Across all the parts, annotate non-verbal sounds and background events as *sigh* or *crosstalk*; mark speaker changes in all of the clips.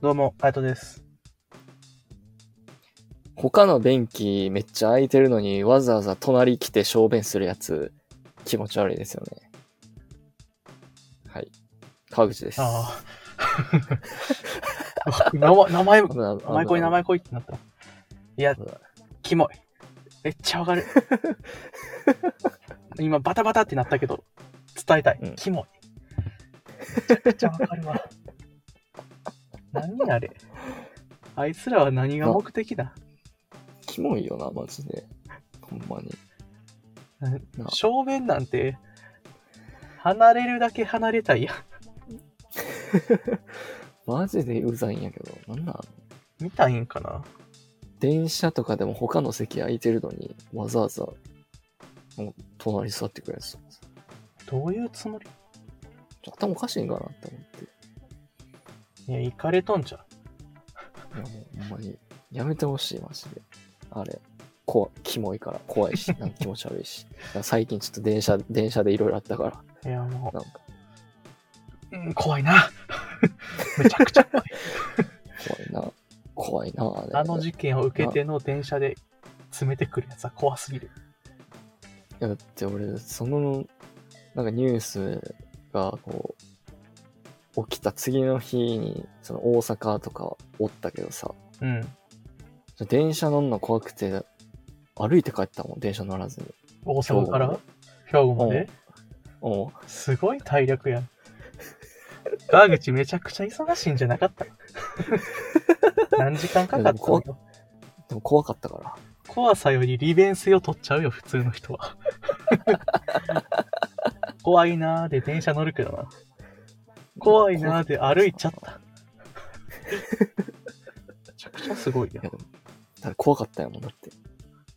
Speaker 1: どうも、パイトです。
Speaker 2: 他の便器めっちゃ空いてるのにわざわざ隣来て小便するやつ気持ち悪いですよね。はい。川口です。
Speaker 1: ああ。 *laughs* 名前、名前、
Speaker 2: 危
Speaker 1: *laughs*
Speaker 2: ない
Speaker 1: 名前来い、名。前来いってなった。いや
Speaker 2: 危ない、
Speaker 1: キモい。めっちゃわ *laughs* かる。今、バタバタってなったけど、伝えたい。
Speaker 2: うん
Speaker 1: キモい。めちゃくちゃわかる *laughs* わ。何あれあいつらは何が目的だ
Speaker 2: キモいよな、マジで。ほんまに。な
Speaker 1: 小便なんて、離れるだけ離れたいやん。
Speaker 2: マジでうざいんやけど。なんなん
Speaker 1: 見たいんかな
Speaker 2: 電車とかでも他の席空いてるのにわざわざもう隣座ってくれるやつ。
Speaker 1: どういうつもり
Speaker 2: ちょ頭おかしいんかなって思って。
Speaker 1: いや、行かれとんじゃん。
Speaker 2: いやもうほんまにやめてほしいマジであれ怖キモいから
Speaker 1: *laughs*
Speaker 2: 怖いしなんか気持ち悪いしなんか最近ちょっと電車電車でいろいろあったから
Speaker 1: いや、もう
Speaker 2: なんか
Speaker 1: うん、怖いな。 *laughs* めちゃくちゃ怖い。
Speaker 2: 怖いな怖いな
Speaker 1: あの事件を受けての電車で詰めてくるやつは怖すぎる。
Speaker 2: いやだって俺そのなんかニュースがこう起きた次の日にその大阪とかおったけどさ
Speaker 1: うん。
Speaker 2: 電車乗んの怖くて歩いて帰ったもん電車乗らずに
Speaker 1: 大阪から兵
Speaker 2: 兵
Speaker 1: 庫まで。
Speaker 2: おう
Speaker 1: すごい体力やん。川口めちゃくちゃ忙しいんじゃなかった *laughs* 何時間かかったのよ
Speaker 2: でも怖かったから
Speaker 1: 怖さより利便性を取っちゃうよ、普通の人は。 *laughs* 怖いなーで電車乗るけどな。怖いなーで歩いちゃった。めちゃくちゃすごいやん
Speaker 2: いや。でもだから怖かったよもんだって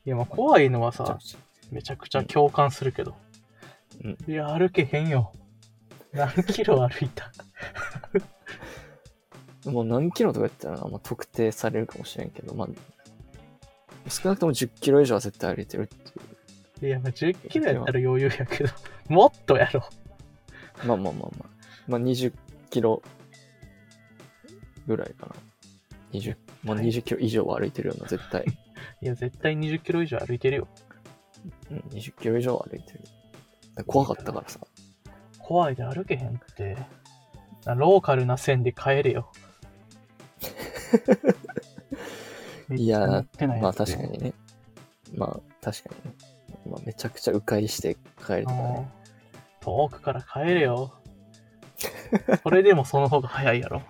Speaker 1: いや、まあ怖いのは
Speaker 2: めちゃ
Speaker 1: さ
Speaker 2: く、ちゃ
Speaker 1: めちゃくちゃ共感するけど。
Speaker 2: うん
Speaker 1: いや、歩けへんよ。何キロ歩いた
Speaker 2: もう何キロとかやったら、まあ、特定されるかもしれんけど、まあ、少なくとも10キロ以上は絶対歩いてるってい
Speaker 1: いや、まあ、10キロやったら余裕や
Speaker 2: *laughs*
Speaker 1: けど、もっとやろ。
Speaker 2: う。まあまあまあまあ。まあ20キロぐらいかな。20、まあ
Speaker 1: はい
Speaker 2: 20キロ以上は歩いてるよな、絶対。
Speaker 1: いや、絶対20キロ以上歩いてるよ。
Speaker 2: うん、20キロ以上は歩いてる。だから怖かったからさ。
Speaker 1: 怖いで歩けへんって。なローカルな線で帰れよ。
Speaker 2: *laughs* いやー
Speaker 1: 乗ってない
Speaker 2: ま
Speaker 1: やつ
Speaker 2: あ
Speaker 1: で
Speaker 2: 確か。にね。まあ確かにね。まあめちゃくちゃ迂回して帰るとかね。
Speaker 1: うん遠くから帰れよ。それでもその方が早いやろ。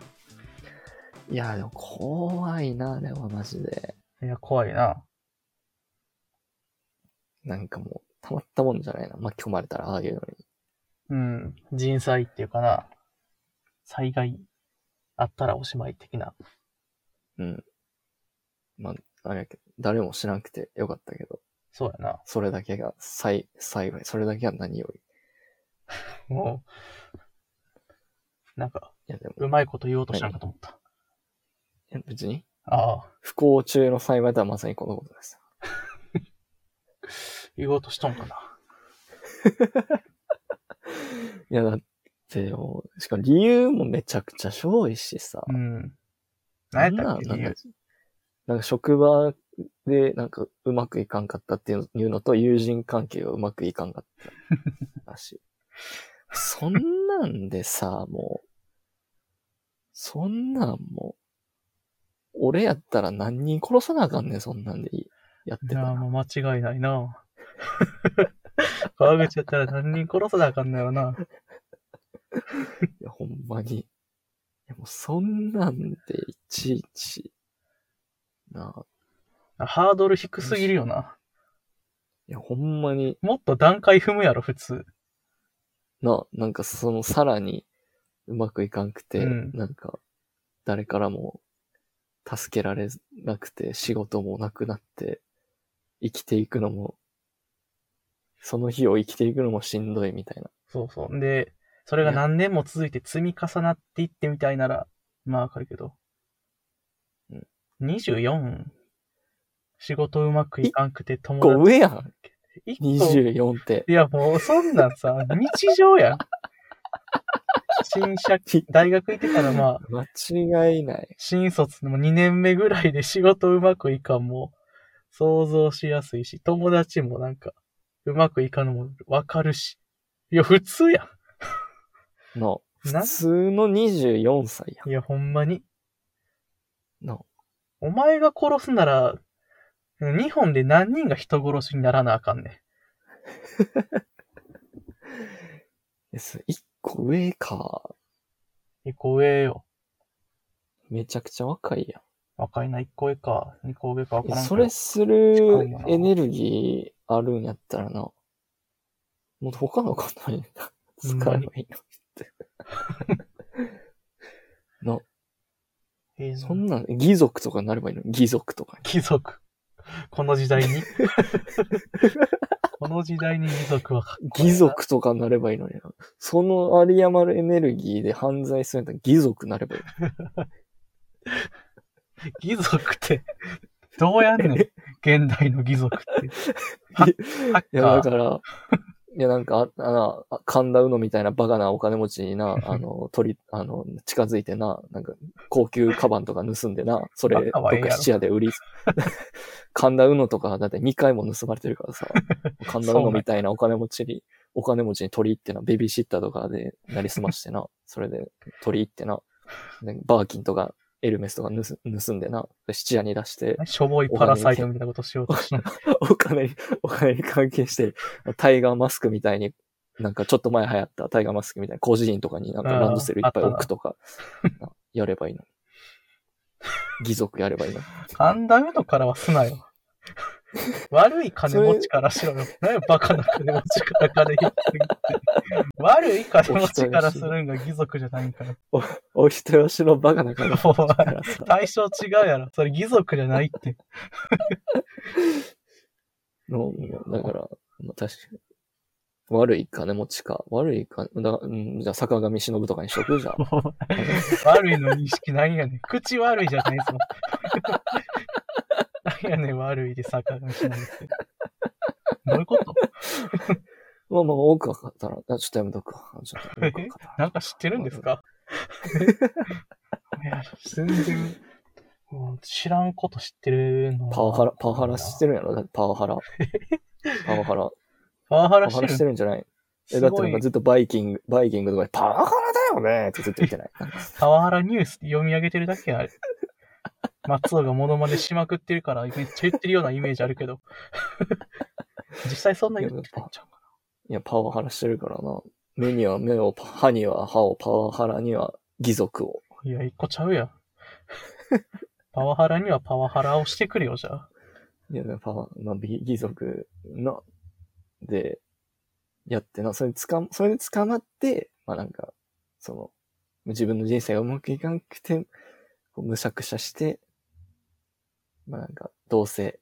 Speaker 2: いやーでも怖いな、でもマジで。
Speaker 1: いや、怖いな。
Speaker 2: なんかもう、たまったもんじゃないな。巻き込まれたらああいうのに。
Speaker 1: うん、人災っていうかな、災害あったらおしまい的な。
Speaker 2: うん。まあ、あれやけど、誰も知らなくてよかったけど、
Speaker 1: そうやな。
Speaker 2: それだけが、幸幸い、それだけが何より。い
Speaker 1: もう、なんか、
Speaker 2: や、でも、
Speaker 1: うまいこと言おうとしたんかと思った。
Speaker 2: いや別に、
Speaker 1: ああ、
Speaker 2: 不幸中の幸いとはまさにこのことです。
Speaker 1: 言おうとしとんかな。
Speaker 2: いや、だってよ、しかも理由もめちゃくちゃしょぼいしさ。
Speaker 1: うん。何やったっけ
Speaker 2: な
Speaker 1: 理
Speaker 2: んなん
Speaker 1: 由
Speaker 2: なんか職場で、なんか、うまくいかんかったっていういうのと、友人関係がうまくいかん
Speaker 1: *laughs*
Speaker 2: かったらしい。そんなんでさ、もう、そんなんもう、俺やったら何人殺さなあかんねん、そんなんでいい。やって
Speaker 1: い
Speaker 2: た
Speaker 1: や、
Speaker 2: ら。
Speaker 1: もう間違いないな。 *laughs* 川口やったら何人殺さなあかんのやろな。
Speaker 2: いや、ほんまに。いや、もうそんなんで、いちいち、なあ。
Speaker 1: ハードル低すぎるよな。
Speaker 2: いや、ほんまに、
Speaker 1: もっと段階踏むやろ、普通。
Speaker 2: な、なんかそのさらにうまくいかんくて、
Speaker 1: うん
Speaker 2: なんか誰からも助けられなくて、仕事もなくなって、生きていくのも、その日を生きていくのもしんどいみたいな。
Speaker 1: そうそう。で、それが何年も続いて積み重なっていってみたいなら、まあわかるけど。
Speaker 2: うん
Speaker 1: 24。仕事うまくいかんくて友
Speaker 2: こう
Speaker 1: 達。
Speaker 2: 上やん
Speaker 1: 一個
Speaker 2: !24 って。
Speaker 1: いやもうそんなんさ、日常やん。新社、大学行ってからまあ、
Speaker 2: 間違いない。
Speaker 1: 新卒の2年目ぐらいで仕事うまくいかんも想像しやすいし、友達もなんか、うまくいかんのもわかるし。いや、普通や
Speaker 2: の、
Speaker 1: な
Speaker 2: 普通の24歳や
Speaker 1: ん。いや、ほんまに。
Speaker 2: ん。の、
Speaker 1: お前が殺すなら、日本で何人が人殺しにならなあかんね
Speaker 2: です。1個上か。
Speaker 1: ん。一個上よ。
Speaker 2: めちゃくちゃ若いやん。
Speaker 1: 若いな、一個上か、二個上か分
Speaker 2: い
Speaker 1: から
Speaker 2: や
Speaker 1: んけど
Speaker 2: それす
Speaker 1: 近
Speaker 2: る
Speaker 1: いな
Speaker 2: エネルギーあるんやったらな、もっと他のことに使えばいいのにって。
Speaker 1: ええな
Speaker 2: そんなん、義族とかになればいいのに義族とか
Speaker 1: 貴族。この時代に *laughs* この時代に貴族はかっ
Speaker 2: に。
Speaker 1: こいいな
Speaker 2: 義。族とかになればいいのにな。その有り余るエネルギーで犯罪するんやったら義族になればいい
Speaker 1: 貴族って、どうやん
Speaker 2: *laughs*
Speaker 1: ねん。現代の貴族って。ハッハッ
Speaker 2: い
Speaker 1: カ
Speaker 2: や、だ
Speaker 1: ー。
Speaker 2: から、いや、なんか、ああの、あ神田うのみたいなバカなお金持ちに
Speaker 1: *laughs*
Speaker 2: な、あの、取り、あの、近づいてな、なんか、高級カバンとか盗んでな、それ、
Speaker 1: バカ
Speaker 2: ど
Speaker 1: はええ
Speaker 2: っ
Speaker 1: やろ
Speaker 2: か質屋で売り、 *laughs* 神田うのとか、だって2回も盗まれてるか
Speaker 1: *laughs*
Speaker 2: らさ、神田うのみたいなお金持ちに、お金持ちに取り入ってな、ベビーシッターとかでなりすましてな、それで取り入ってな、でバーキンとか、エルメスとか盗盗んでな、で質屋に出して、
Speaker 1: しょぼいパラサイトみたいなことしようとしな
Speaker 2: お金に、お金に関係してる、タイガーマスクみたいに、なんかちょっと前流行ったタイガーマスクみたいな、工事人とかになんかランドセルいっぱい置くと *laughs* か、なやればいいのに。義族やればいいのに。
Speaker 1: カンダムとからはすなよ。 *laughs* 悪い金持ちからしろよ。何やバカな金持ちから金言ってんの悪い金持ちからするんが義族じゃないんから。
Speaker 2: お人よしのバカな感じ
Speaker 1: お前
Speaker 2: だからさ、
Speaker 1: 対象違うやろ。それ義族じゃないって。
Speaker 2: のだから、まあ、確かに。悪い金持ちか。悪いか、だうん、じゃあ坂上忍とかにしとくじゃん。
Speaker 1: お前悪いの認識ないやねん。口悪いじゃないぞ。何やねん、悪いで逆上しないって。どういうこと
Speaker 2: まあまあ多くは語らんあ、ちょっとやめとくわ。ちょっと多くは語 *laughs* らん
Speaker 1: なんか知ってるんです
Speaker 2: *laughs*
Speaker 1: かいや、全然、うん知らんこと知ってるのは
Speaker 2: パワハラ、パワハラしてるんやろだってパワハ *laughs* ラ。パワハラ。
Speaker 1: パワハ
Speaker 2: パ
Speaker 1: ラ
Speaker 2: ワ
Speaker 1: し
Speaker 2: ハ
Speaker 1: てる
Speaker 2: ラし
Speaker 1: ん
Speaker 2: て
Speaker 1: だ
Speaker 2: るんじゃないえ、
Speaker 1: す
Speaker 2: だって
Speaker 1: ご
Speaker 2: なん
Speaker 1: い
Speaker 2: かずっとバイキング、バイキングとかでパワハラだよねってずっと言ってない。 *laughs* なんか
Speaker 1: パワハラニュース読み上げてるだけ
Speaker 2: *laughs*
Speaker 1: やあれ。松尾がモノマネしまくってるから、めっちゃ言ってるようなイメージあるけど。 *laughs* 実際そんな言ってないんちゃうか
Speaker 2: いや、パワハラしてるからな。目には目を、パ歯には歯を、パワハラには義足を。
Speaker 1: な。いや、一個ちゃうやん。パワハラにはパワハラをしてくれよ、じゃあ。
Speaker 2: いや、パワ、まあ、義義足な、で、やってな、それつか、それで捕まって、まあなんか、その、自分の人生がうまくいかなくて、こうむしゃくしゃして、まあなんか、どうせ、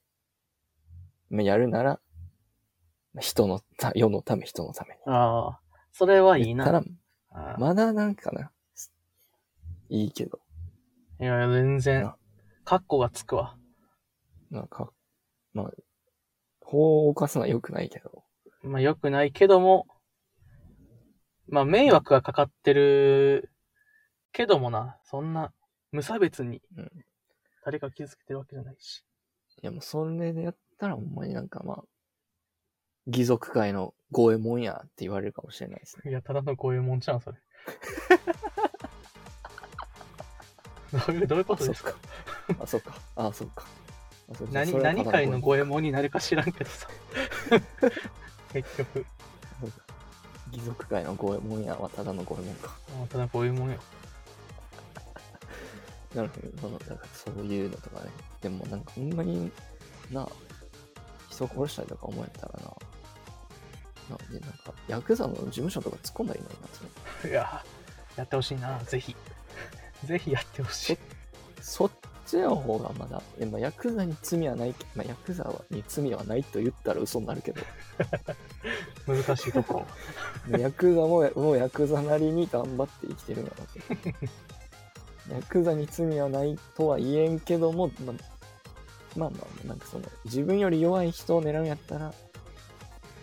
Speaker 2: まあやるなら、まあ人のた、世のため、人のために。
Speaker 1: ああ、それはい
Speaker 2: たら、
Speaker 1: あー
Speaker 2: まだなんかな、いいけど、
Speaker 1: いや、全然
Speaker 2: な、
Speaker 1: カッコがつくわ。
Speaker 2: なんか、まあ、法を犯すのは良くないけど、
Speaker 1: まあ、良くないけども、まあ、迷惑がかかってるけどもな、そんな、無差別に
Speaker 2: うん、
Speaker 1: 誰か傷つけてるわけじゃないし。
Speaker 2: いや、もうそれでやったらほんまになんかまあ、義族界の五右衛門やって言われるかもしれないですね。
Speaker 1: いや、ただの五右衛門じゃん、そ
Speaker 2: *laughs*
Speaker 1: れ。どういう、どういうこと
Speaker 2: そ
Speaker 1: で
Speaker 2: っ
Speaker 1: すか
Speaker 2: か。あ、そっか。あ、そっか。あそっか
Speaker 1: 何、
Speaker 2: それは
Speaker 1: 何界の
Speaker 2: ただ
Speaker 1: 五右衛門になるか知らんけど
Speaker 2: *laughs*
Speaker 1: さ。結局、
Speaker 2: 五右衛門義族界の五右衛門やはただの五右衛門か。
Speaker 1: あただ五右衛門よ。
Speaker 2: なるほど。まあなんかそういうのとかね。でもなんかほんまにな、人殺したりとか思えたらな、なでなんかヤクザの事務所とか突っ込んだらいいのにな、それ
Speaker 1: いや、やってほしいな、ぜひ。ぜひやってほしい。
Speaker 2: そっちの方がまだ、えまあ、ヤクザに罪はない、まあ、ヤクザに罪はないと言ったら嘘になるけど、
Speaker 1: 難しいところ。
Speaker 2: ヤクザも、もうヤクザなりに頑張って生きてるんやなって。
Speaker 1: *laughs*
Speaker 2: ヤクザに罪はないとは言えんけども、まあ、まあまあ、なんかその、自分より弱い人を狙うんやったら、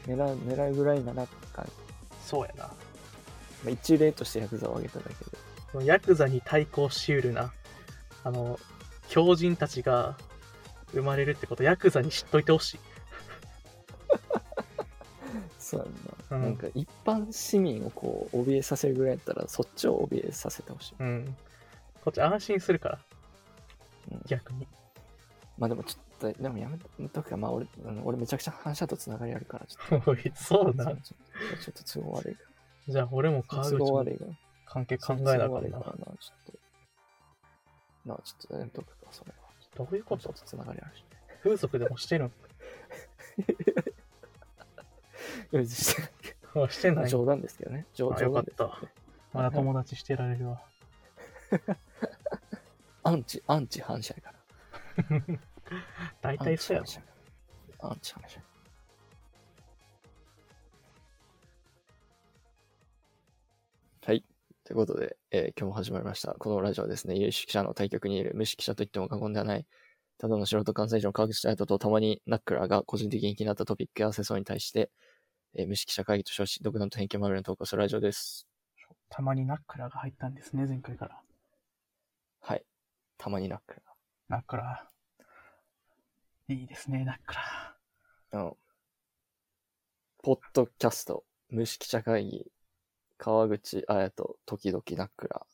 Speaker 2: 狙う、狙うぐらいなら、か
Speaker 1: そうやな。
Speaker 2: まあ一例としてヤクザを挙げただけで。
Speaker 1: そのヤクザに対抗しうるな、あの、狂人たちが生まれるってこと、ヤクザに知っといてほしい。
Speaker 2: そうや
Speaker 1: うん
Speaker 2: な。
Speaker 1: ん
Speaker 2: なんか一般市民をこう、怯えさせるぐらいやったら、そっちを怯えさせてほしい。
Speaker 1: うん。こっち安心するから、
Speaker 2: うん
Speaker 1: 逆に。 *laughs*
Speaker 2: まあでもちょっと、でもやめとくか、まあ俺、うん俺めちゃくちゃ反射とつながりあるから、ちょっと。
Speaker 1: おいそうな
Speaker 2: ちょっ
Speaker 1: ん。
Speaker 2: とちょっと都合悪いか
Speaker 1: じゃあ俺も
Speaker 2: ら。
Speaker 1: 川口
Speaker 2: 都合
Speaker 1: の
Speaker 2: 悪いから。
Speaker 1: 関係考えなあ
Speaker 2: 都
Speaker 1: か
Speaker 2: 合悪
Speaker 1: ん
Speaker 2: いから
Speaker 1: な。
Speaker 2: な、ちょっと。なあ、ちょっとやめとくか、それは。
Speaker 1: どういうこ
Speaker 2: ちょ
Speaker 1: と
Speaker 2: っとつながりあるし。
Speaker 1: 風俗でもしてるん
Speaker 2: いや別にしてない
Speaker 1: あしてない。
Speaker 2: 冗談ですけどね。冗
Speaker 1: あよ
Speaker 2: 冗
Speaker 1: かっ
Speaker 2: 談です
Speaker 1: た。まだ友達してられるわ。
Speaker 2: アンチ、アンチ反射やから。
Speaker 1: 大体そうやろ。
Speaker 2: アンチ反射。はい。ということで、えー今日も始まりました。このラジオはですね、有識者の対局にいる無識者と言っても過言ではない、ただの素人感染者の川口大人とたまにナックラーが個人的に気になったトピックや世相に対して、えー無識者会議と称し、独断と偏見まみれの投稿するラジオです。
Speaker 1: たまにナックラが入ったんですね、前回から。
Speaker 2: はい。たまにナック
Speaker 1: ナックラ。いいですね、ナックラ。
Speaker 2: ラー。うん。ポッドキャスト、無識者会議、川口彩と時々ナックラ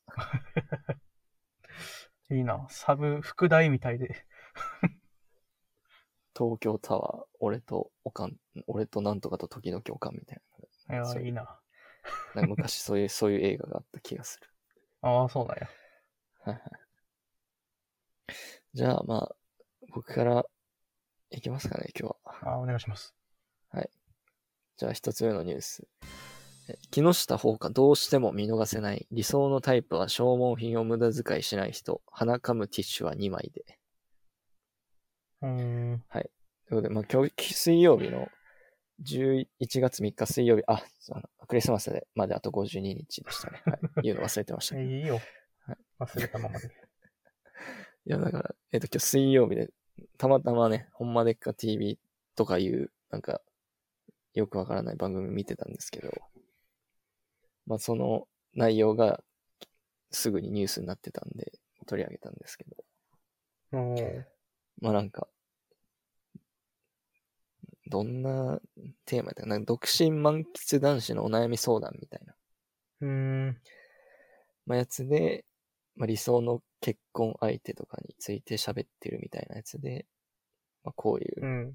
Speaker 2: ー。
Speaker 1: いいな。サブ、副題みたいで。
Speaker 2: 東京タワー、俺とおかん、俺となんとかと時々おかんみたい
Speaker 1: いや
Speaker 2: そ、う
Speaker 1: いいな。
Speaker 2: な。なんか昔そう *laughs* いう、そういう映画があった気がする。
Speaker 1: ああ、そうなんや。
Speaker 2: じゃあまあ、僕からいきますかね、今日は。
Speaker 1: ああ、お願いします。
Speaker 2: じゃあ一つ目のニュース。え木下ほうかどうしても見逃せない。理想のタイプは消耗品を無駄遣いしない人。鼻かむティッシュは2枚で。
Speaker 1: うーん。
Speaker 2: ということで、まあ、今日、水曜日の11月3日水曜日、あ、あのクリスマスでまであと52日でしたね。はい。言うの忘れてましたけど。
Speaker 1: いいよ
Speaker 2: はい。
Speaker 1: 忘れたまま *laughs* で。
Speaker 2: いや、だから、えっ、と、今日水曜日で、たまたまね、ほんまでっか TV とかいう、なんか、よくわからない番組見てたんですけど、まあ、その内容が、すぐにニュースになってたんで、取り上げたんですけど、
Speaker 1: お
Speaker 2: まあ、なんか、どんなテーマだったかな、独身満喫男子のお悩み相談みたいな、
Speaker 1: うーん。
Speaker 2: まあ、やつで、まあ、理想の結婚相手とかについて喋ってるみたいなやつで、まあ、こういう
Speaker 1: うん。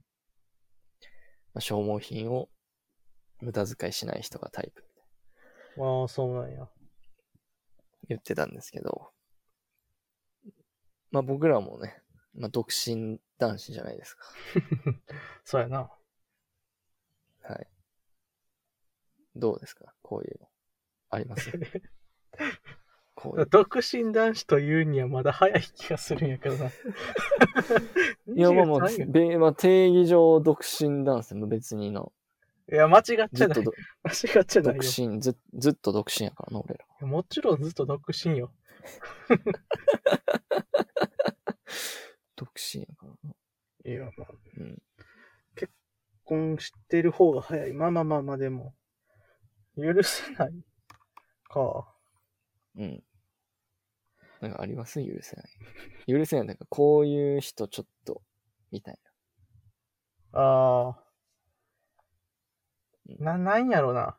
Speaker 2: まあ消耗品を無駄遣いしない人がタイプって
Speaker 1: ああ、そうなんや。
Speaker 2: 言ってたんですけど、まあ僕らもね、まあ独身男子じゃないですか。
Speaker 1: そうやな。
Speaker 2: はい。どうですかこういうの。あります
Speaker 1: *laughs*
Speaker 2: こういう。
Speaker 1: 独身男子というにはまだ早い気がするんやけ *laughs* どな。
Speaker 2: いやまあまあ、
Speaker 1: 23
Speaker 2: べまあ、定義上独身男性も別にの、
Speaker 1: いや、間違っち
Speaker 2: ず
Speaker 1: ゃ
Speaker 2: っ
Speaker 1: ない
Speaker 2: と。ど
Speaker 1: *laughs* 間違っちゃない
Speaker 2: 独
Speaker 1: よ。
Speaker 2: 身、ずずっと独身やからな、俺ら。
Speaker 1: もちろんずっと独身よ。
Speaker 2: 独身やからな。
Speaker 1: いや、まあ、
Speaker 2: うん。
Speaker 1: 婚してる方が早い。まあまあまあまあ、でも、許せないか。
Speaker 2: うん。なんかあります許せない。許せない。なんかこういう人ちょっと、みたい
Speaker 1: ああ。な、なんやろな。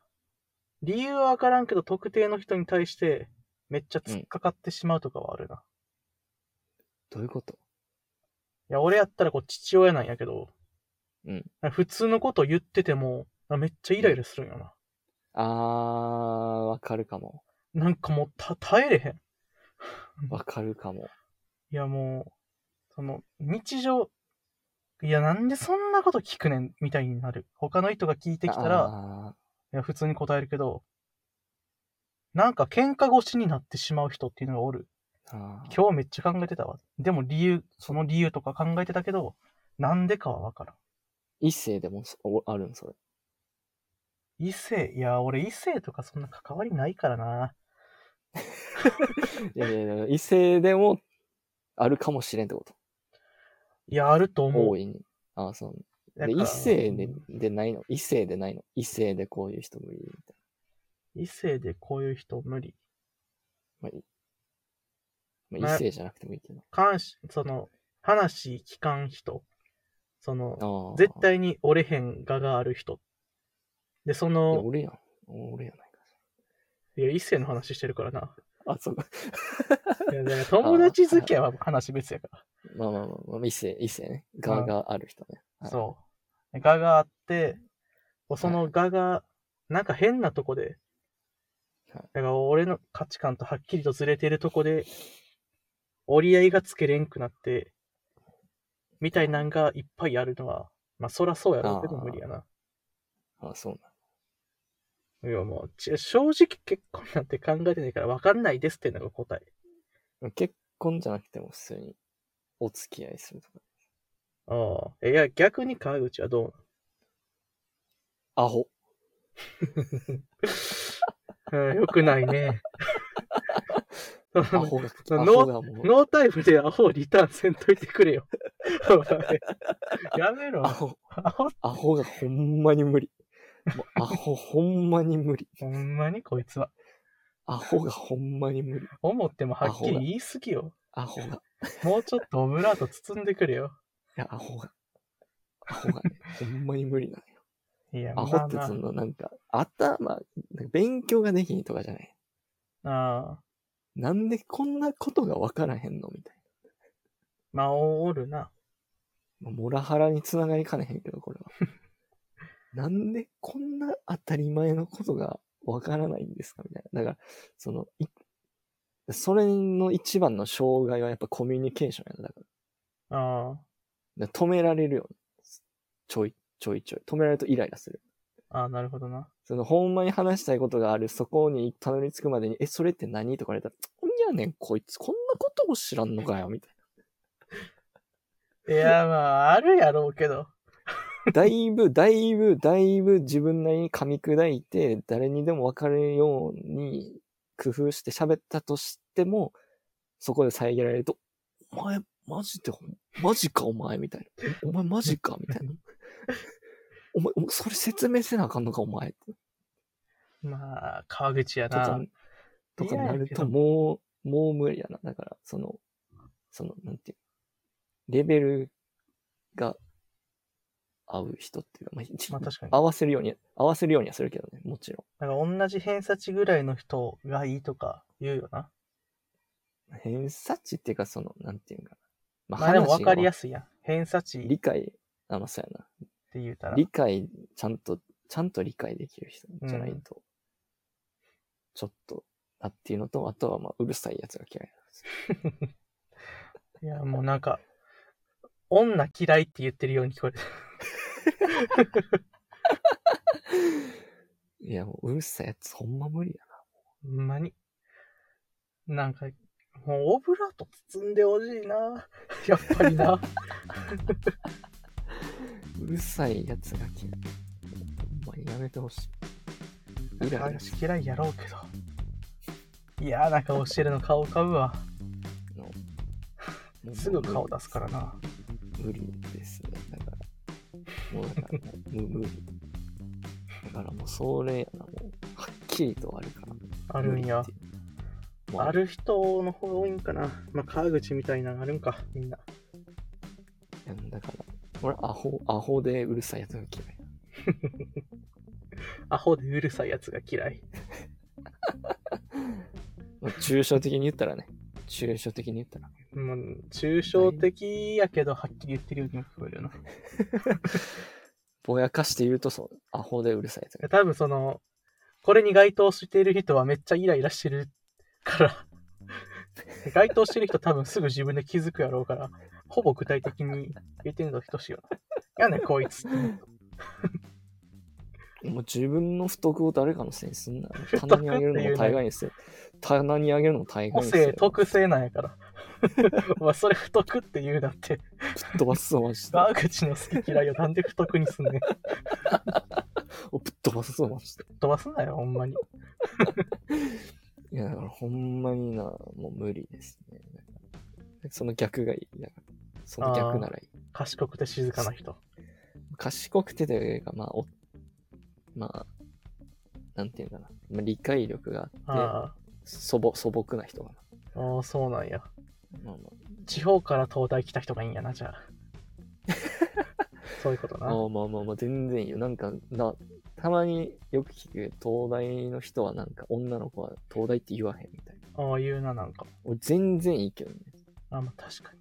Speaker 1: 理由はわからんけど、特定の人に対して、めっちゃ突っかかってしまうとかはあるな。い
Speaker 2: な。どういうこと
Speaker 1: や、俺やったらこう、父親なんやけど、
Speaker 2: うん。
Speaker 1: 普通のこと言ってても、めっちゃイライラするんよな。
Speaker 2: あー、わかるかも。
Speaker 1: なんかもうた、耐えれへん。
Speaker 2: わかるかも。
Speaker 1: いやもう、その、日常、いやなんでそんなこと聞くねん、みたいになる。他の人が聞いてきたら、
Speaker 2: ら、
Speaker 1: いや普通に答えるけど、なんか喧嘩越しになってしまう人っていうのがおる。
Speaker 2: あー
Speaker 1: 今日めっちゃ考えてたわ。でも理由、その理由とか考えてたけど、なんでかはわからん。
Speaker 2: 異性でもそおあるん、それ。
Speaker 1: 異性、いや俺異性とかそんな関わりないからな。
Speaker 2: いやいやいや、異性でもあるかもしれんってこと。
Speaker 1: いや、あると思う
Speaker 2: 大。いに。あー、そう。
Speaker 1: だ
Speaker 2: で
Speaker 1: から
Speaker 2: 異性ででないの。異性でないの。異性でこういう人もいるみたい
Speaker 1: 異性でこういう人無理。
Speaker 2: まあ、いま
Speaker 1: ま
Speaker 2: あ、
Speaker 1: あ
Speaker 2: 異性じゃなくてもいいけど。
Speaker 1: 監視、その、話聞かん人。その、
Speaker 2: ああ。
Speaker 1: 絶対に折れへんががある人。で、そ
Speaker 2: いや
Speaker 1: の、
Speaker 2: 俺やん。俺やない
Speaker 1: いや、一世の話してるからな。
Speaker 2: か。あ、そう *laughs* か。
Speaker 1: いやだから友達付き合いは話別やか
Speaker 2: まあまあまあ、まあ、異性、異性ね。ガがある人ね。は
Speaker 1: ら。
Speaker 2: い
Speaker 1: そう。ががあって、そのがが、なんか変なとこで、
Speaker 2: は
Speaker 1: だ
Speaker 2: い
Speaker 1: から俺の価値観とはっきりとずれてるとこで、折り合いがつけれんくなって、みたいなんがいっぱいあるのは、まあそらそうやろうけど
Speaker 2: あー
Speaker 1: 無理やな。
Speaker 2: ああ、そう
Speaker 1: いやもう、ち正直結婚なんて考えてないから分かんないですっていうのが答え。
Speaker 2: なん。結婚じゃなくても普通にお付き合いするとか。
Speaker 1: ああ。いや、逆に川口はどう
Speaker 2: アホ。
Speaker 1: *laughs* うん、よくないね。そ
Speaker 2: ア
Speaker 1: の
Speaker 2: ホが、
Speaker 1: の
Speaker 2: アホがも
Speaker 1: *laughs*
Speaker 2: う、
Speaker 1: ノータイムでアホをリターンせんといてくれよ。 *laughs* お前やめろ
Speaker 2: ア。ホ、
Speaker 1: アホ、
Speaker 2: アホがほんまに無理。もうアホほんまに無理。
Speaker 1: ほんまにこいつは。
Speaker 2: アホがほんまに無理。
Speaker 1: 思ってもはっき
Speaker 2: アホだ
Speaker 1: り言い過ぎよ。
Speaker 2: アホが。い
Speaker 1: もうちょっとオブラート包んでくれよ。
Speaker 2: や、アホが。アホ
Speaker 1: *laughs*
Speaker 2: がね、ほんまに無理なのよ。
Speaker 1: いや、
Speaker 2: アホって
Speaker 1: まあ
Speaker 2: そのなんか、頭、なんか勉強ができんとかじゃない。
Speaker 1: まあ、ああ
Speaker 2: なんでこんなことがわからへんのみたい
Speaker 1: まあ、おるな。
Speaker 2: な。まあモラハラにつながりかねへんけど、これは。
Speaker 1: *laughs*
Speaker 2: なんでこんな当たり前のことがわからないんですかみたいな。だから、その、いそれの一番の障害はやっぱコミュニケーションやな。だから
Speaker 1: あ
Speaker 2: だから止められるよね。ちょい、ちょいちょい。止められるとイライラする。
Speaker 1: あ、ああ、なるほどな。
Speaker 2: その、ほんまに話したいことがある、そこにたどり着くまでに、え、それって何とか言われたら、んやねん、こいつ、こんなことも知らんのかよ、みたい
Speaker 1: いや、まあ、あるやろうけど。
Speaker 2: な。だいぶ、だいぶ、だいぶ自分なりに噛み砕いて、誰にでも分かるように工夫して喋ったとしても、そこで遮られると、お前、マジでほん、マジか、お前、みたいな。お前、マジか、みたいな。お前、おそれ説明せなあかんのか、お前。
Speaker 1: まあ、川口や
Speaker 2: とか
Speaker 1: な。、
Speaker 2: とかになる
Speaker 1: け
Speaker 2: と
Speaker 1: ど
Speaker 2: もう、もう無理やな。だから、その、その、なんていう、レベルが合う人っていうか、まあ、一
Speaker 1: まあ、確かに。
Speaker 2: 合わせるように、合わせるようにはするけどね、もちろ
Speaker 1: なんか同じ偏差値ぐらいの人がいいとか言うよな。
Speaker 2: ん。偏差値っていうか、その、なんていうんかな。
Speaker 1: まあでも
Speaker 2: 話が
Speaker 1: 分かりやすいやん。偏差値っ
Speaker 2: 理解、あの、そうやな。
Speaker 1: て言うたら。
Speaker 2: 理解、ちゃんと、ちゃんと理解できる人じゃないと、ちょっと、なっていうのと、あとは、まあ、うるさいやつが嫌いなんですよ。
Speaker 1: いや、もうなんか、女嫌いって言ってるように聞こえる。
Speaker 2: いや、もう、うるさいやつ、ほんま無理や
Speaker 1: ほんまに。なんか、もうオブラート包んでほしいな。やっぱりな。
Speaker 2: うるさいやつが嫌い。ほんまにやめてほしい。イライラし
Speaker 1: 私嫌いやろうけど。嫌な顔してるの顔浮かぶわ。
Speaker 2: もう
Speaker 1: すぐ顔出すからな。
Speaker 2: 無理ですね。だから。もう
Speaker 1: *laughs*
Speaker 2: だからもう、無無理。だからもうそれやな、もう、はっきりとあるから。
Speaker 1: あるんや
Speaker 2: 無理。っていう。もう
Speaker 1: ある人の方が多いんかな。まあ、川口みたいなのあるんか、みんな。
Speaker 2: いやだから、俺、アホ、アホでうるさいやつが嫌い。
Speaker 1: アホでうるさいやつが嫌い。
Speaker 2: まあ抽象的に言ったらね。抽象的に言ったら。
Speaker 1: もう、抽象的やけど、はっきり言ってるようにも聞こえるな。
Speaker 2: ぼやかして言うとそう、アホでうるさいやつが
Speaker 1: 多分その、これに該当している人はめっちゃイライラしてるから、該当してる人多分すぐ自分で気づくやろうから、ほぼ具体的に言ってるのと等しいよな。やねんこいつ。
Speaker 2: もう自分の不徳を誰かのせいにすんな。棚にあげるのも大概にせよ。棚にあげるのも大概
Speaker 1: 個
Speaker 2: にせよ
Speaker 1: 性、。特性なんやから。 *laughs* お前それ不得って言うなって。
Speaker 2: ぶっ飛ばすぞ、マジで。
Speaker 1: 川口の好き嫌いをなんで不得にすんねん。
Speaker 2: おぶっ飛ばすぞ、マジで。
Speaker 1: 飛ばすなよ、ほんまに。
Speaker 2: いや、だからほんまにな、もう無理ですね。その逆がいい。だからその逆ならいい。
Speaker 1: 賢くて静かな人。
Speaker 2: 賢くてというか、まあ、おまあ、なんていうんだな、まあ、理解力があって、
Speaker 1: あ
Speaker 2: 素朴素朴な人がな。
Speaker 1: あ、ああ、そうなんや。
Speaker 2: まあま
Speaker 1: 地方から東大来た人がいいんやな、じゃあ。 *laughs* そういうことな。
Speaker 2: あ、ああまあまあまあ、全然いいよ。なんか、なたまによく聞く、東大の人はなんか、女の子は東大って言わへんみたいな。
Speaker 1: ああ、言うな、なんか。
Speaker 2: 俺、全然いいけどね。
Speaker 1: あまあ、確かに。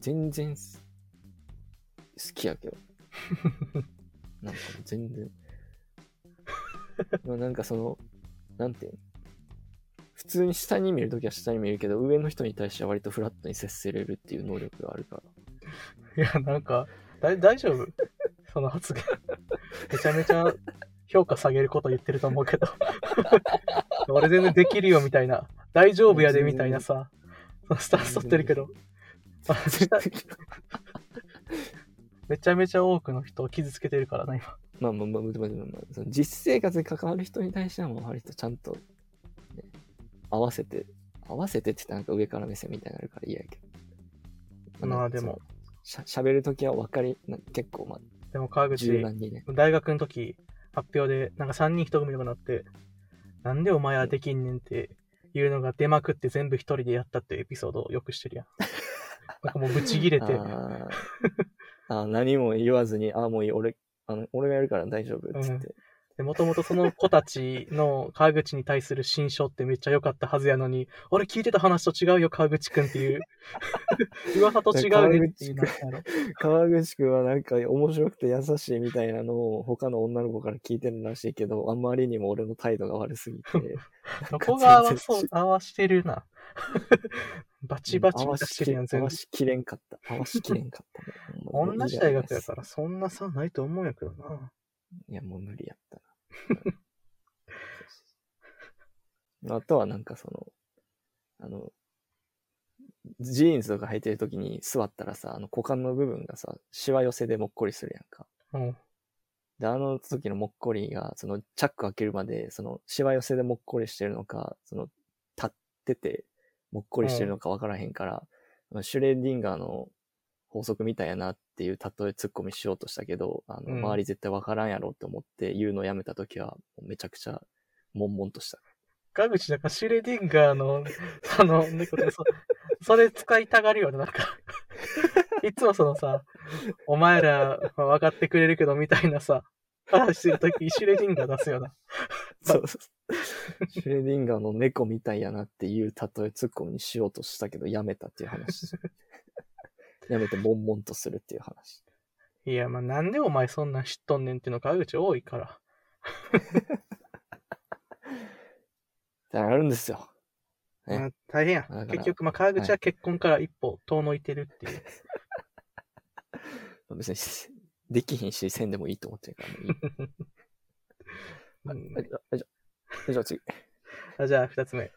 Speaker 2: 全然す好きやけど。なんか全然。まあなんかその、なんていうの普通に下に見るときは下に見るけど、上の人に対しては割とフラットに接せれるっていう能力があるから。
Speaker 1: いや、なんか、だ大丈夫その発言。めちゃめちゃ評価下げること言ってると思うけど。 *laughs* 俺全然できるよ、みたいな。大丈夫やで、みたいなさ。そのスタンス取ってるけど。あ下めちゃめちゃ多くの人を傷つけてるからな、今。
Speaker 2: まあまあまあ、まあまあまあまあ、その実生活に関わる人に対してはもう割とちゃんと、ね、合わせて、合わせてって言ったらなんか上から目線みたいになるから嫌やけど。
Speaker 1: まあ
Speaker 2: なんか
Speaker 1: でも
Speaker 2: その。しゃ喋るときは分かり、な結構まあ
Speaker 1: でも川口、
Speaker 2: 柔軟にね。
Speaker 1: 大学の時、発表で、なんか3人1組とかなって、なんでお前はできんねんっていうのが出まくって全部一人でやったっていうエピソードをよくしてるやん。なんかもうブチギレ
Speaker 2: あ
Speaker 1: て、 *laughs*
Speaker 2: ーあー、何も言わずに、ああ、もういい、俺、あの俺がやるから大丈夫っつって。
Speaker 1: で、もともとその子たちの川口に対する心象ってめっちゃ良かったはずやのに、俺聞いてた話と違うよ、川口くんっていう。噂と違うねっていうなんやろ。
Speaker 2: *laughs* 川口くんはなんか面白くて優しいみたいなのを他の女の子から聞いてるらしいけど、あんまりにも俺の態度が悪すぎて。
Speaker 1: どこが合わそう、合わしてるな。バチバチ
Speaker 2: 合
Speaker 1: に
Speaker 2: わ
Speaker 1: 出
Speaker 2: し
Speaker 1: して
Speaker 2: き
Speaker 1: る
Speaker 2: れ
Speaker 1: やん、
Speaker 2: 合
Speaker 1: 全部
Speaker 2: わ。しきれんかった。合わしきれんかったね。も
Speaker 1: *laughs*
Speaker 2: う
Speaker 1: 同じ大学やか。
Speaker 2: 無理
Speaker 1: ら、そんな差ないと思うんやけどな。
Speaker 2: ですいや、もう無理やったな。あとはなんか *laughs* その、あの、ジーンズとか履いてるときに座ったらさ、あの股間の部分がさ、シワ寄せでもっこりするやんか。
Speaker 1: うん。
Speaker 2: で、あの時のもっこりが、その、チャック開けるまで、その、しわ寄せでもっこりしてるのか、その、立ってて、もっこりしてるのかわからへんから、まあシュレーディンガーの法則みたいやなっていう例え突っ込みしようとしたけど、あの、
Speaker 1: うん
Speaker 2: 周り絶対わからんやろって思って言うのをやめた時は、めちゃくちゃ、悶々
Speaker 1: *laughs*
Speaker 2: とした。
Speaker 1: 川口なんかシュレディンガーの、 *laughs* あの、猫でそ、それ使いたがるよね、なんか。 *laughs* いつもそのさ、お前らまあ分かってくれるけどみたいなさ、話してるとき、シュレディンガー出すよな。
Speaker 2: そうそう。シュレーディンガーの猫みたいやなっていう例え突っ込みにしようとしたけど、やめたっていう話。
Speaker 1: *laughs*
Speaker 2: やめて悶々とするっていう話。
Speaker 1: いや、まあ、なんでお前そんなん知っとんねんっていうの川口多いから。
Speaker 2: ってあるんですよ。ね
Speaker 1: まあ、大変
Speaker 2: だか
Speaker 1: や。
Speaker 2: ら
Speaker 1: 結局、まあ、川口は結婚から一歩遠のいてるっていう。
Speaker 2: 別にし、できひんし、せんでもいいと思ってるから、もういい
Speaker 1: うん *laughs*
Speaker 2: はい。じゃあ、じゃ *laughs* あじゃあ次。
Speaker 1: あじゃあ、二つ目。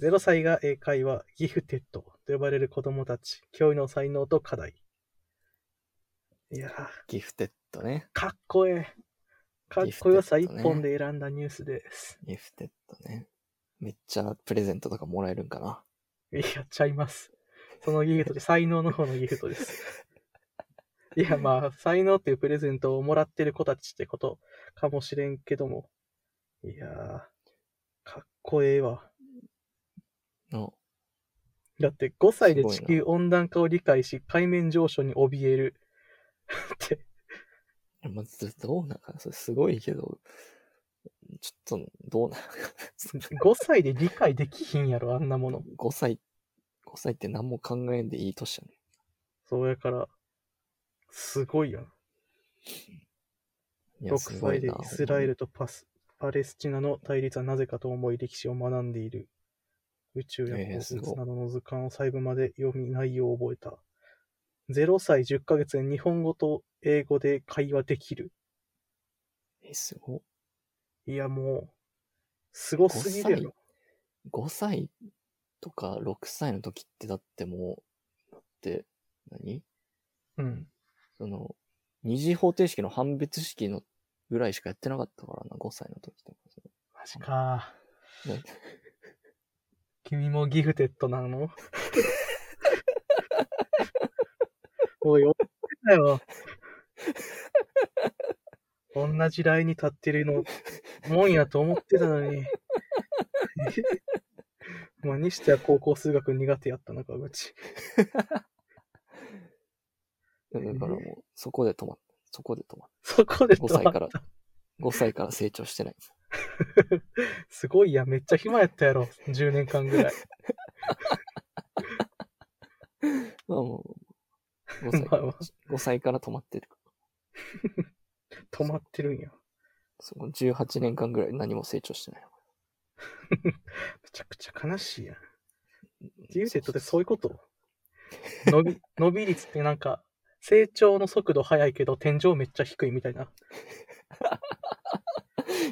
Speaker 1: 0歳が英会話、ギフテッドと呼ばれる子供たち、驚異の才能と課題。いやー、
Speaker 2: ギフテッドね。
Speaker 1: かっこええ。かっこよさ一本で選んだニュースです。
Speaker 2: ギフテッドね。めっちゃプレゼントとかもらえるんかな。
Speaker 1: いや、ちゃいます。そのギフトで、才能の方のギフトです。いや、まあ、才能っていうプレゼントをもらってる子たちってことかもしれんけども。いやー、かっこええわ。
Speaker 2: の、
Speaker 1: だって5歳です
Speaker 2: ごいな
Speaker 1: 地球温暖化を理解し、海面上昇に怯え
Speaker 2: *laughs*
Speaker 1: る。って、
Speaker 2: まあ、ずどうなんかなそれすごいけど、ちょっと、どうなんか *laughs* な
Speaker 1: 5歳で理解できひんやろ、あんなもの。
Speaker 2: 5歳、5歳って何も考えんでいい年やね。
Speaker 1: そうやから、すごいよ
Speaker 2: い
Speaker 1: な。
Speaker 2: や
Speaker 1: 6歳でイスラエ。
Speaker 2: すごいな
Speaker 1: ルとパスパレスチナの対立はなぜかと思い歴史を学んでいる。宇宙や
Speaker 2: ええす
Speaker 1: 鉱
Speaker 2: ごい
Speaker 1: 物などの図鑑を細部まで読み内容を覚えた。0歳10ヶ月で日本語と英語で会話できる。
Speaker 2: ほんまにえ、すごい。
Speaker 1: いや、もう、すごすぎるやろ。
Speaker 2: 5歳とか6歳の時ってだってもう、だって何、
Speaker 1: うん。
Speaker 2: その、二次方程式の判別式のぐらいしかやってなかったからな、5歳の時とか。そ
Speaker 1: マジか。
Speaker 2: のね
Speaker 1: 君もギフテッドなのおい、おだよ。同じラインに立ってるの、もんやと思ってたのに。 *laughs* まあ、にしては高校数学苦手やったな、川口。
Speaker 2: だからもう、そこで止まった。そこで止まっ
Speaker 1: そこで
Speaker 2: た。5歳から
Speaker 1: 止まっ、
Speaker 2: 5歳から成長してない。
Speaker 1: たすごいやん、めっちゃ暇やったやろ。10年間ぐらい。
Speaker 2: まあもう、5歳
Speaker 1: *laughs* ま
Speaker 2: か
Speaker 1: あ
Speaker 2: ら、
Speaker 1: まあ
Speaker 2: 5歳から止まってる。
Speaker 1: 止まってるんや。
Speaker 2: その18年間ぐらい何も成長してない。
Speaker 1: めちゃくちゃ悲しいやん。人生ってそういうこと伸び、伸び率ってなんか、成長の速度速いけど天井めっちゃ低いみたいな。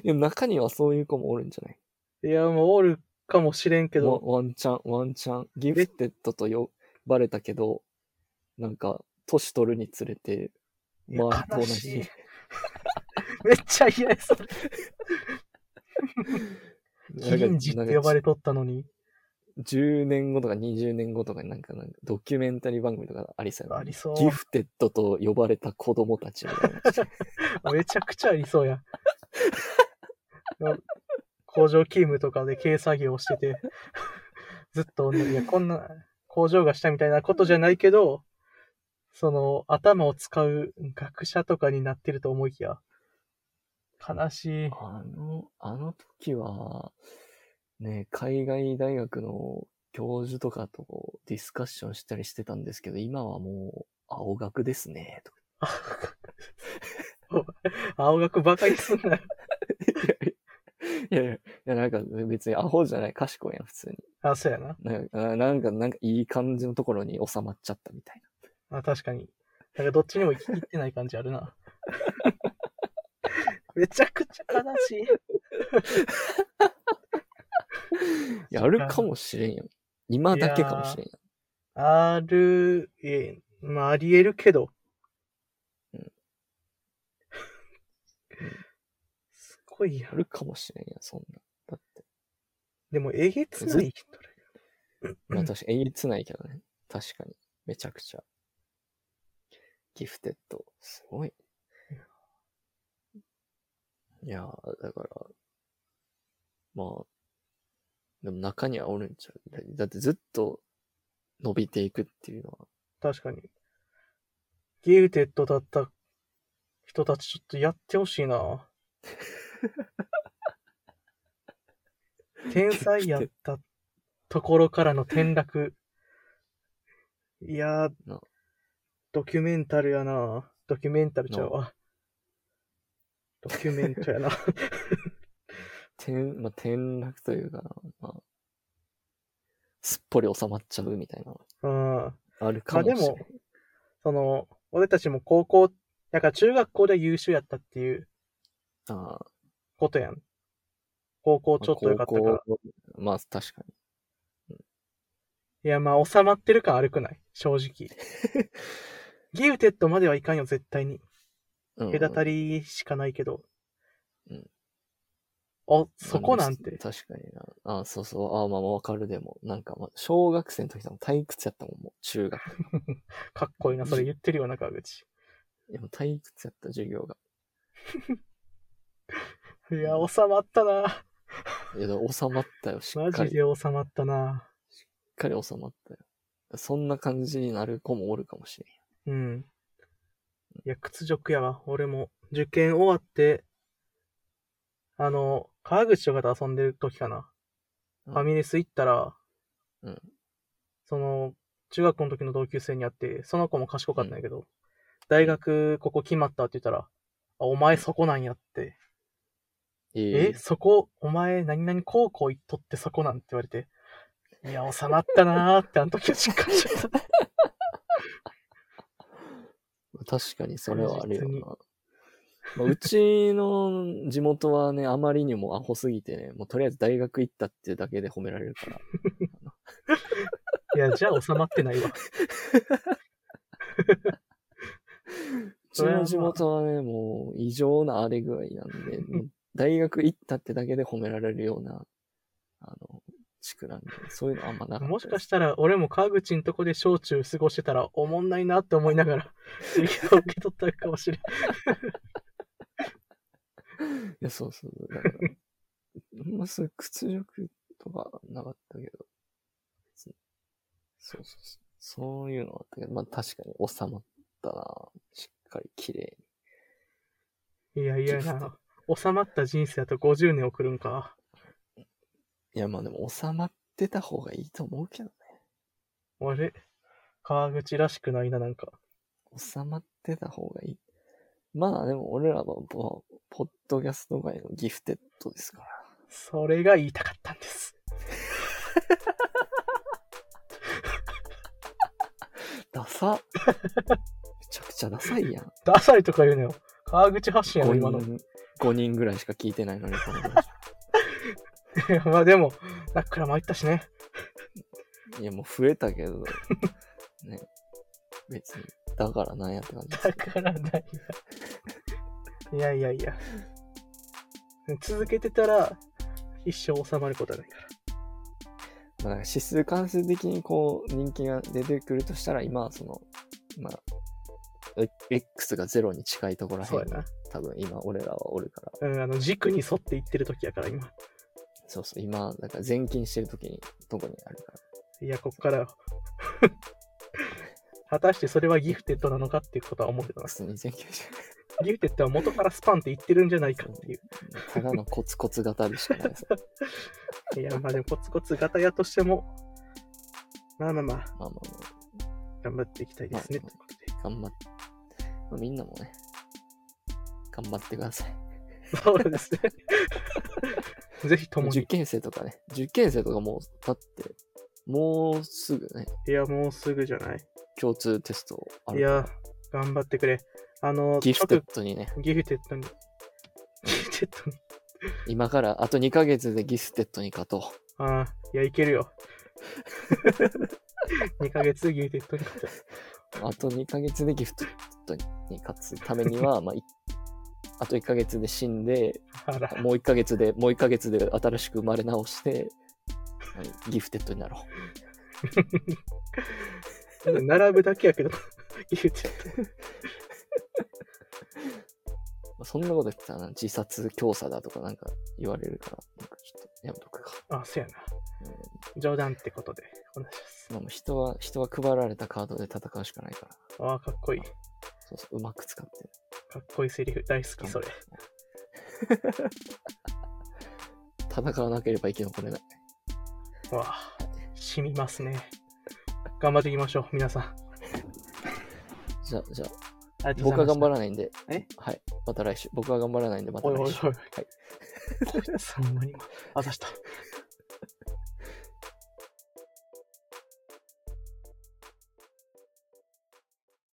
Speaker 2: いや、中にはそういう子もおるんじゃない
Speaker 1: いや、もうおるかもしれんけ
Speaker 2: ワ
Speaker 1: ど、
Speaker 2: ワンチャン、ワンチャン。ギフテッドと呼ばれたけど、なんか、年取るにつれて、
Speaker 1: いや
Speaker 2: まあ
Speaker 1: 悲しい
Speaker 2: 同じ。
Speaker 1: めっちゃ嫌や、それ。銀次
Speaker 2: な
Speaker 1: っ
Speaker 2: ん
Speaker 1: て
Speaker 2: か
Speaker 1: 呼ばれとったのに、
Speaker 2: 10年後とか20年後とかになんか、なんかドキュメンタリー番組とかありそうやな
Speaker 1: ありそう。
Speaker 2: ギフテッドと呼ばれた子供たちみたいな。
Speaker 1: めちゃくちゃありそうや。工場勤務とかで軽作業をしてて、ずっと同じ、いや、こんな、工場がしたみたいなことじゃないけど、その、頭を使う学者とかになってると思いきや、悲しい。
Speaker 2: *laughs* *laughs* あの、あの時は、ね、海外大学の教授とかとディスカッションしたりしてたんですけど、今はもう、青学ですね、とか。
Speaker 1: 青学ばかりすんなよ。
Speaker 2: *laughs* いやいや、いやなんか別にアホじゃない、賢いやん、普通に。
Speaker 1: あ、そうやな。
Speaker 2: なんか、あなんか、なんかいい感じのところに収まっちゃったみたいな。
Speaker 1: あ、確かに。なんかどっちにも行き切ってない感じあるな。めちゃくちゃ悲しい。
Speaker 2: やるかもしれんよ。今だけかもしれんよ。
Speaker 1: ある、え、まあ、ありえるけど。
Speaker 2: うん
Speaker 1: *laughs* すごいや
Speaker 2: や。るかもしれんよ、そんな。だって。
Speaker 1: でも、えげつない人だよ。
Speaker 2: まあ私、えげつないけどね。確かに。めちゃくちゃ。ギフテッド。すごい。いやー、だから、まあ、でも中にはおるんちゃう。だだってずっと伸びていくっていうのは、
Speaker 1: 確かに。ギフテッドだった人たち、ちょっとやってほしいな。天才やったところからの転落。いやー
Speaker 2: な、
Speaker 1: ドキュメンタルやな。ドキュメンタルちゃうわ。ドキュメントやな。 *laughs*
Speaker 2: 転、まあ、転落というかな、まあ、すっぽり収まっちゃうみたいなの
Speaker 1: うん。
Speaker 2: あるかもしれない。
Speaker 1: まあでその、俺たちも高校、だから中学校で優秀やったっていう
Speaker 2: ああ
Speaker 1: ことやん。高校ちょっと良かったから。
Speaker 2: 高校まあ、確かに。
Speaker 1: いや、まあ、収まってる感悪くない正
Speaker 2: *laughs*
Speaker 1: 直。ギフテッドまではいかんよ、絶対に。
Speaker 2: うん
Speaker 1: 隔たりしかないけど。
Speaker 2: うん
Speaker 1: お、そこなん
Speaker 2: ま
Speaker 1: て。
Speaker 2: あ確かにな。ああそうそう。ああまあまあわかるでも。なんか、まあ、小学生の時でも退屈やったもん、もう中学。
Speaker 1: かっこいいな、それ言ってるよな、川口。
Speaker 2: でも退屈やった、授業が。
Speaker 1: いや、収まったな。
Speaker 2: いや、だから収まったよ。しっ
Speaker 1: マ
Speaker 2: か
Speaker 1: ジ
Speaker 2: り、
Speaker 1: で
Speaker 2: しっ
Speaker 1: 収まったな。
Speaker 2: かり収まったよ。そんな感じになる子もおるかもしれんよ。
Speaker 1: うん。いや、屈辱やわ。俺も、受験終わって、あの、川口とかと遊んでる時かな。
Speaker 2: うん
Speaker 1: ファミレス行ったら、
Speaker 2: うん
Speaker 1: その、中学校の時の同級生に会って、その子も賢かったんやけど、大学ここ決まったって言ったら、あ、お前そこなんやって。え
Speaker 2: ええ
Speaker 1: そこ、お前何々高校行っとってそこなんって言われて、いや、収まったなーってあの時はしっかりし
Speaker 2: *laughs*
Speaker 1: った。
Speaker 2: 確かにそれはあるよ
Speaker 1: 確実に
Speaker 2: な。まあ、うちの地元はね、あまりにもアホすぎてね、もうとりあえず大学行ったっていうだけで褒められるから。
Speaker 1: いや、じゃあ収まってないわ。
Speaker 2: うちの地元はね、もう異常な荒れ具合な
Speaker 1: *laughs*
Speaker 2: んで、もう大学行ったってだけで褒められるような、あの、地区なんで、そういうのあんまなかった
Speaker 1: もしか
Speaker 2: て
Speaker 1: したら、俺も川口んとこで小中過ごしてたら、おもんないなって思いながら、授業を受け取ったかもしれん。
Speaker 2: いや、そうそう。だから *laughs* あんまそういう屈辱とかなかったけど。そうそうそう。そういうのはあったけど、まあ確かに収まったな。しっかり綺麗に。
Speaker 1: いやいやな。収まった人生だと50年送るんか。
Speaker 2: いや、まあでも収まってた方がいいと思うけどね。
Speaker 1: あれ川口らしくないな、なんか。
Speaker 2: 収まってた方がいい。まあでも俺らはポポッドキャスト界のギフテッドですから。
Speaker 1: それが言いたかったんです。
Speaker 2: ダサめちゃくちゃダサいやん。
Speaker 1: ダサいとか言うなよ。川口発信やろ、今
Speaker 2: 5
Speaker 1: の。
Speaker 2: 人5人ぐらいしか聞いてないのに、こ
Speaker 1: *laughs*
Speaker 2: の話
Speaker 1: い *laughs* やまあでも、ナックラ参ったしね。
Speaker 2: いや、もう増えたけど、ね。別に、だからなんやって感じです
Speaker 1: だ。からだよ。いやいやいや。続けてたら、一生収まることはないから。
Speaker 2: まあ、なんか指数関数的にこう、人気が出てくるとしたら、今はその、まあ、え X がゼロに近いところらへ
Speaker 1: そうんやな。
Speaker 2: 多分今俺らはおるから、
Speaker 1: うん、あの、軸に沿っていってる時やから、今。
Speaker 2: そうそう、今、だから前勤してる時に、どこにあるか
Speaker 1: いや、こっからよ。 *laughs* 果たしてそれはギフテッドなのかっていうことは思って
Speaker 2: ら、
Speaker 1: ます。
Speaker 2: 普通に前勤して
Speaker 1: ギフテッドは元からスパンって言ってるんじゃないかっていう。
Speaker 2: る。ただのコツコツ型でしかな
Speaker 1: *laughs*
Speaker 2: いです。
Speaker 1: いや、まあでもコツコツガタヤとしても、まあまあまあ、
Speaker 2: まあまあまあ。
Speaker 1: 頑張っていきたいですね。
Speaker 2: まあ
Speaker 1: ということで
Speaker 2: 頑張って、まあみんなもね、頑張ってください。
Speaker 1: そう
Speaker 2: *laughs*
Speaker 1: ですね。ぜひとも
Speaker 2: 受
Speaker 1: に。
Speaker 2: 験生とかね、受験生とかもう、だって、もうすぐね、
Speaker 1: いや、もうすぐじゃない。
Speaker 2: 共通テストあ
Speaker 1: い
Speaker 2: るから
Speaker 1: や、頑張ってくれ。あの、
Speaker 2: ギフテッ
Speaker 1: 直
Speaker 2: ドにね、
Speaker 1: ギフテッドに。ギフテッドに。
Speaker 2: 今からあと2ヶ月でギフテッドに勝と
Speaker 1: ああ、いや、いけるよ。2ヶ月でギフテッドに勝て
Speaker 2: う。あと2ヶ月でギフテッドに勝つためには、まあ、いあと1ヶ月で死んで、
Speaker 1: あら、
Speaker 2: もう1ヶ月で、もう1ヶ月で新しく生まれ直して、うんギフテッドになろう。
Speaker 1: 並ぶだけやけど、ギフテッ
Speaker 2: まあそんなこと言ってたらな自殺教唆だとかなんか言われるから、なんかちょっとやめとくか。
Speaker 1: ド。あ、そうやな。
Speaker 2: うん
Speaker 1: 冗談ってことで、お願いします。
Speaker 2: まあ、もう人は、人は配られたカードで戦うしかないから。
Speaker 1: ああ、かっこいい。
Speaker 2: そうそう、うまく使って。
Speaker 1: かっこいいセリフ、大好き、それ。
Speaker 2: *laughs* 戦わなければ生き残れない。
Speaker 1: わあ、染みますね。頑張っていきましょう、皆さん。
Speaker 2: じゃあ、じゃあ、
Speaker 1: ありとうご
Speaker 2: 僕
Speaker 1: ざ
Speaker 2: はい
Speaker 1: ました
Speaker 2: 頑張らないんで。
Speaker 1: え
Speaker 2: はい。また来週。僕は頑張らないんで、また
Speaker 1: おいお
Speaker 2: 来
Speaker 1: い
Speaker 2: 週。
Speaker 1: おい。。
Speaker 2: はい *laughs*
Speaker 1: そんなに。あざした。